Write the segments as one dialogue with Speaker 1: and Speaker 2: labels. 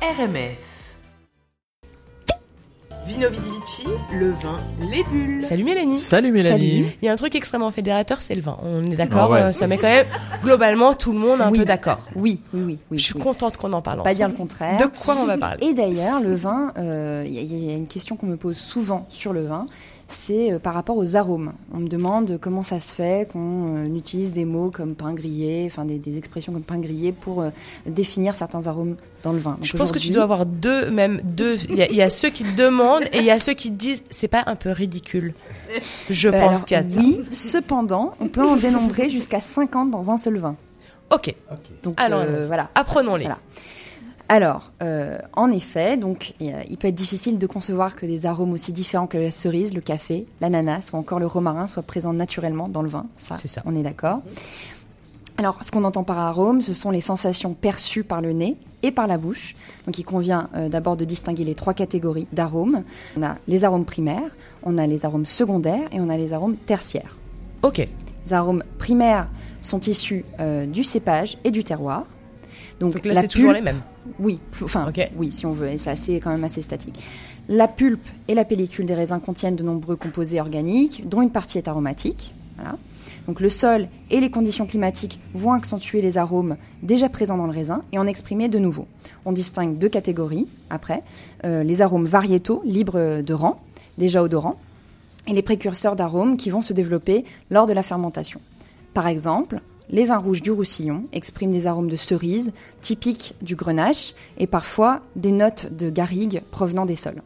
Speaker 1: RMF. Vino Vidivici, le vin, les bulles.
Speaker 2: Salut Mélanie
Speaker 3: Salut Mélanie
Speaker 2: Il y a un truc extrêmement fédérateur, c'est le vin. On est d'accord,
Speaker 3: Ah ouais.
Speaker 2: euh, ça met quand même globalement tout le monde un
Speaker 4: Oui.
Speaker 2: peu d'accord.
Speaker 4: Oui, oui, oui. oui
Speaker 2: Je suis
Speaker 4: oui.
Speaker 2: contente qu'on en parle
Speaker 4: Pas dire
Speaker 2: ensemble.
Speaker 4: le contraire.
Speaker 2: De quoi on va parler
Speaker 4: Et d'ailleurs, le vin, euh, il y, a- il y a une question qu'on me pose souvent sur le vin, c'est euh, par rapport aux arômes. On me demande comment ça se fait qu'on euh, utilise des mots comme pain grillé, enfin des, des expressions comme pain grillé pour euh, définir certains arômes dans le vin. Donc
Speaker 2: Je pense que tu
Speaker 4: aujourd'hui-
Speaker 2: dois avoir deux, même deux. Il y, a- il y a ceux qui te demandent et il y a ceux qui te disent c'est pas un peu ridicule. Je
Speaker 4: Euh,
Speaker 2: pense
Speaker 4: alors,
Speaker 2: qu'il y a de ça.
Speaker 4: Oui, cependant, on peut en dénombrer jusqu'à 50 dans un seul vin.
Speaker 2: Ok,
Speaker 4: Donc
Speaker 2: alors
Speaker 4: euh,
Speaker 2: voilà.
Speaker 4: voilà.
Speaker 2: apprenons-les.
Speaker 4: Voilà. Alors, euh, en effet, donc il y a- il peut être difficile de concevoir que des arômes aussi différents que la cerise, le café, l'ananas ou encore le romarin soient présents naturellement dans le vin. Ça,
Speaker 2: C'est ça.
Speaker 4: on est d'accord. Alors, ce qu'on entend par arôme, ce sont les sensations perçues par le nez et par la bouche. Donc, il convient euh, d'abord de distinguer les trois catégories d'arômes. On a les arômes primaires, on a les arômes secondaires et on a les arômes tertiaires.
Speaker 2: Ok,
Speaker 4: Les arômes primaires sont issus euh, du cépage et du terroir. Donc,
Speaker 2: donc là
Speaker 4: la
Speaker 2: c'est toujours
Speaker 4: pulpe-
Speaker 2: les mêmes.
Speaker 4: oui, plus- enfin,
Speaker 2: Ok.
Speaker 4: oui, si on veut, et c'est assez, quand même assez statique. La pulpe et la pellicule des raisins contiennent de nombreux composés organiques, dont une partie est aromatique. Voilà. Donc le sol et les conditions climatiques vont accentuer les arômes déjà présents dans le raisin et en exprimer de nouveaux. On distingue deux catégories après Euh, les arômes variétaux libres de rang, déjà odorants, et les précurseurs d'arômes qui vont se développer lors de la fermentation. Par exemple, les vins rouges du Roussillon expriment des arômes de cerise, typiques du Grenache, et parfois des notes de garrigue provenant des sols.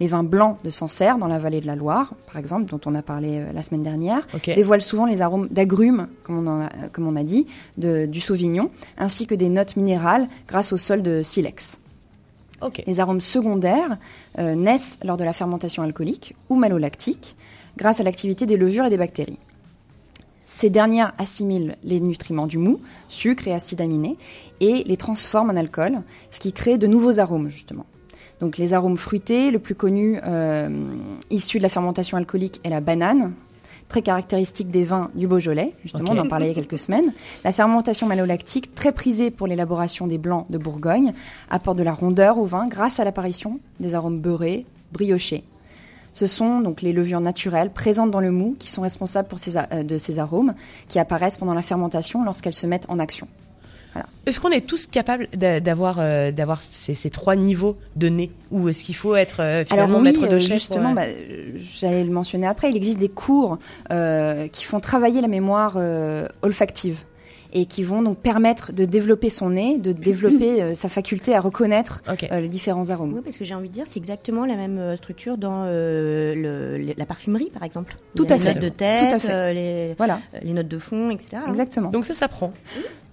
Speaker 4: Les vins blancs de Sancerre, dans la vallée de la Loire, par exemple, dont on a parlé euh, la semaine dernière,
Speaker 2: Ok.
Speaker 4: dévoilent souvent les arômes d'agrumes, comme, on en a- comme on a dit, de- du Sauvignon, ainsi que des notes minérales grâce au sol de silex.
Speaker 2: Ok,
Speaker 4: Les arômes secondaires euh, naissent lors de la fermentation alcoolique ou malolactique grâce à l'activité des levures et des bactéries. Ces dernières assimilent les nutriments du mou, sucre et acides aminés, et les transforment en alcool, ce qui crée de nouveaux arômes justement. Donc les arômes fruités, le plus connu euh, issu de la fermentation alcoolique est la banane, très caractéristique des vins du Beaujolais, justement
Speaker 2: Ok.
Speaker 4: on en parlait il y a quelques semaines. La fermentation malolactique, très prisée pour l'élaboration des blancs de Bourgogne, apporte de la rondeur au vin grâce à l'apparition des arômes beurrés, briochés. Ce sont donc les levures naturelles présentes dans le mou qui sont responsables pour ces a- euh, de ces arômes qui apparaissent pendant la fermentation lorsqu'elles se mettent en action.
Speaker 2: est-ce qu'on est tous capables d'a- d'avoir euh, d'avoir ces, ces trois niveaux de nez ou est-ce qu'il faut être euh, finalement
Speaker 4: oui,
Speaker 2: maître de
Speaker 4: euh,
Speaker 2: chef pour,
Speaker 4: justement,
Speaker 2: euh,
Speaker 4: bah, euh, j'allais le mentionner après, il existe des cours euh, qui font travailler la mémoire euh, olfactive et qui vont donc permettre de développer son nez, de développer euh, sa faculté à reconnaître
Speaker 2: Ok.
Speaker 4: euh, les différents arômes.
Speaker 5: Oui, parce que j'ai envie de dire, c'est exactement la même euh, structure dans euh, le- le- la parfumerie, par exemple.
Speaker 4: Tout
Speaker 5: Il y a
Speaker 4: à
Speaker 5: les
Speaker 4: fait.
Speaker 5: notes de tête,
Speaker 4: Tout à fait.
Speaker 5: euh, les,
Speaker 4: Voilà,
Speaker 5: les notes de fond, etc.
Speaker 2: Ah.
Speaker 4: exactement.
Speaker 2: Donc ça s'apprend.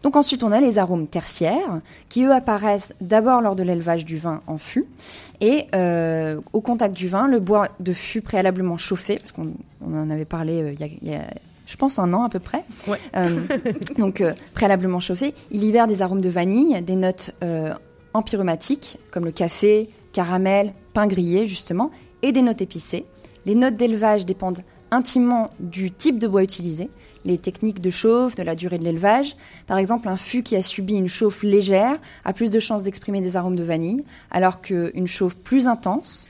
Speaker 4: Donc ensuite, on a les arômes tertiaires, qui eux apparaissent d'abord lors de l'élevage du vin en fût, et euh, au contact du vin, le bois de fût préalablement chauffé, parce qu'on on en avait parlé euh, il y a- il y a, je pense, un an à peu près.
Speaker 2: Ouais.
Speaker 4: Euh, donc euh, préalablement chauffé, il libère des arômes de vanille, des notes euh, empyromatiques, comme le café, caramel, pain grillé justement, et des notes épicées. Les notes d'élevage dépendent intimement du type de bois utilisé, les techniques de chauffe, de la durée de l'élevage. Par exemple, un fût qui a subi une chauffe légère a plus de chances d'exprimer des arômes de vanille, alors qu'une chauffe plus intense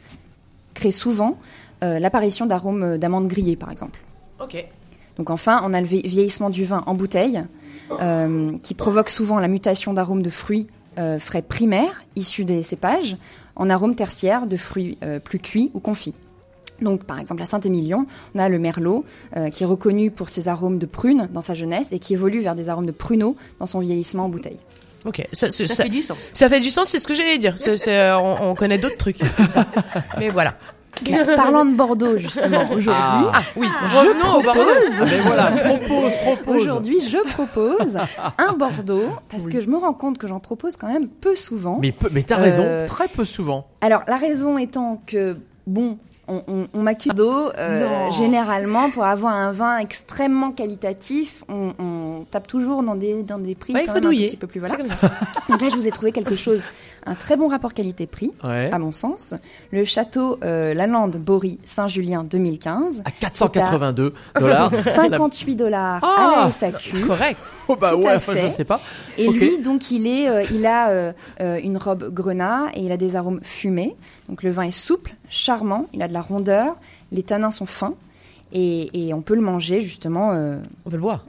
Speaker 4: crée souvent euh, l'apparition d'arômes d'amandes grillées, par exemple.
Speaker 2: Ok.
Speaker 4: Donc enfin, on a le vie- vieillissement du vin en bouteille, euh, qui provoque souvent la mutation d'arômes de fruits euh, frais primaires, issus des cépages, en arômes tertiaires de fruits euh, plus cuits ou confits. Donc par exemple à Saint-Émilion, on a le merlot, euh, qui est reconnu pour ses arômes de prune dans sa jeunesse et qui évolue vers des arômes de pruneaux dans son vieillissement en bouteille.
Speaker 2: Ok, ça, ça-
Speaker 5: Ça,
Speaker 2: ça-
Speaker 5: fait du sens.
Speaker 2: ça fait du sens, c'est ce que j'allais dire. C'est- c'est- on, on connaît d'autres trucs comme ça. Mais voilà.
Speaker 4: Bah, parlant de Bordeaux justement aujourd'hui,
Speaker 3: Ah,
Speaker 2: Oui, revenons au Bordeaux.
Speaker 3: mais voilà, propose,
Speaker 4: Ah.
Speaker 3: propose
Speaker 4: aujourd'hui je propose un Bordeaux parce que je me rends compte que j'en propose quand même peu souvent.
Speaker 3: Mais, peu- mais t'as
Speaker 4: Euh,
Speaker 3: raison, très peu souvent.
Speaker 4: Alors, la raison étant que, bon, on, on, on m'accuse d'eau, euh,
Speaker 3: Non.
Speaker 4: généralement, pour avoir un vin extrêmement qualitatif, on, on tape toujours dans des, dans des prix
Speaker 2: Ouais, il
Speaker 4: quand
Speaker 2: faut
Speaker 4: même un tout
Speaker 2: douiller.
Speaker 4: petit peu plus voilà.
Speaker 2: C'est comme ça.
Speaker 4: Donc là, je vous ai trouvé quelque chose un très bon rapport qualité-prix,
Speaker 3: Ouais.
Speaker 4: à mon sens. Le château euh, Lalande Bory Saint-Julien 2015,
Speaker 3: À 482 dollars.
Speaker 4: 58 dollars à
Speaker 3: Ah,
Speaker 4: la SAQ.
Speaker 2: Correct.
Speaker 3: Oh, bah
Speaker 4: tout
Speaker 3: ouais,
Speaker 4: à
Speaker 3: enfin, je
Speaker 4: fait.
Speaker 3: sais pas.
Speaker 4: Et
Speaker 3: Ok.
Speaker 4: lui, donc, il, est, euh, il a euh, euh, une robe grenat et il a des arômes fumés. Donc, le vin est souple, charmant, il a de la rondeur, les tanins sont fins et, et on peut le manger, justement, euh,
Speaker 2: On peut le boire.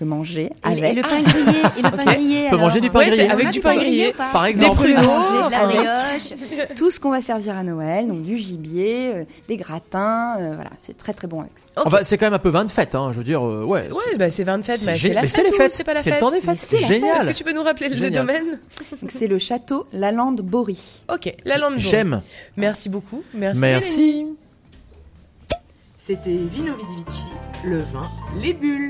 Speaker 4: le manger
Speaker 5: Et-
Speaker 4: avec. Ah,
Speaker 5: Et le pain grillé, et le pain grillé. euh,
Speaker 3: On peut manger du pain
Speaker 2: Ouais, c'est
Speaker 3: grillé.
Speaker 2: avec
Speaker 5: On a
Speaker 2: du pain grillé,
Speaker 5: ou pas
Speaker 3: Par
Speaker 2: Des
Speaker 3: exemple.
Speaker 2: pruneaux.
Speaker 4: manger,
Speaker 5: De la
Speaker 4: avec
Speaker 5: brioche.
Speaker 4: tout ce qu'on va servir à Noël, donc du gibier, euh, des gratins, euh, voilà, c'est très très bon avec ça.
Speaker 2: Ok.
Speaker 3: Enfin, c'est quand même un peu vin de fête, hein, je veux dire. euh, Ah, bah, ouais.
Speaker 2: C'est- ouais, bah, c'est 20 de fête,
Speaker 3: C'est
Speaker 2: mais c'est
Speaker 3: gé-
Speaker 2: la
Speaker 3: mais
Speaker 2: fête
Speaker 3: les
Speaker 2: ou
Speaker 3: fêtes.
Speaker 2: c'est pas la
Speaker 3: le
Speaker 2: fête
Speaker 3: temps des
Speaker 4: Mais
Speaker 3: fêtes.
Speaker 4: c'est la fête.
Speaker 3: Génial.
Speaker 2: Est-ce que tu peux nous rappeler le
Speaker 3: Génial.
Speaker 2: domaine
Speaker 4: Donc, C'est le château Lalande Bory.
Speaker 2: Ok, la lande
Speaker 3: J'aime.
Speaker 2: Merci beaucoup. Merci.
Speaker 3: Merci.
Speaker 1: C'était Vino Vidi Vici, le vin, les bulles.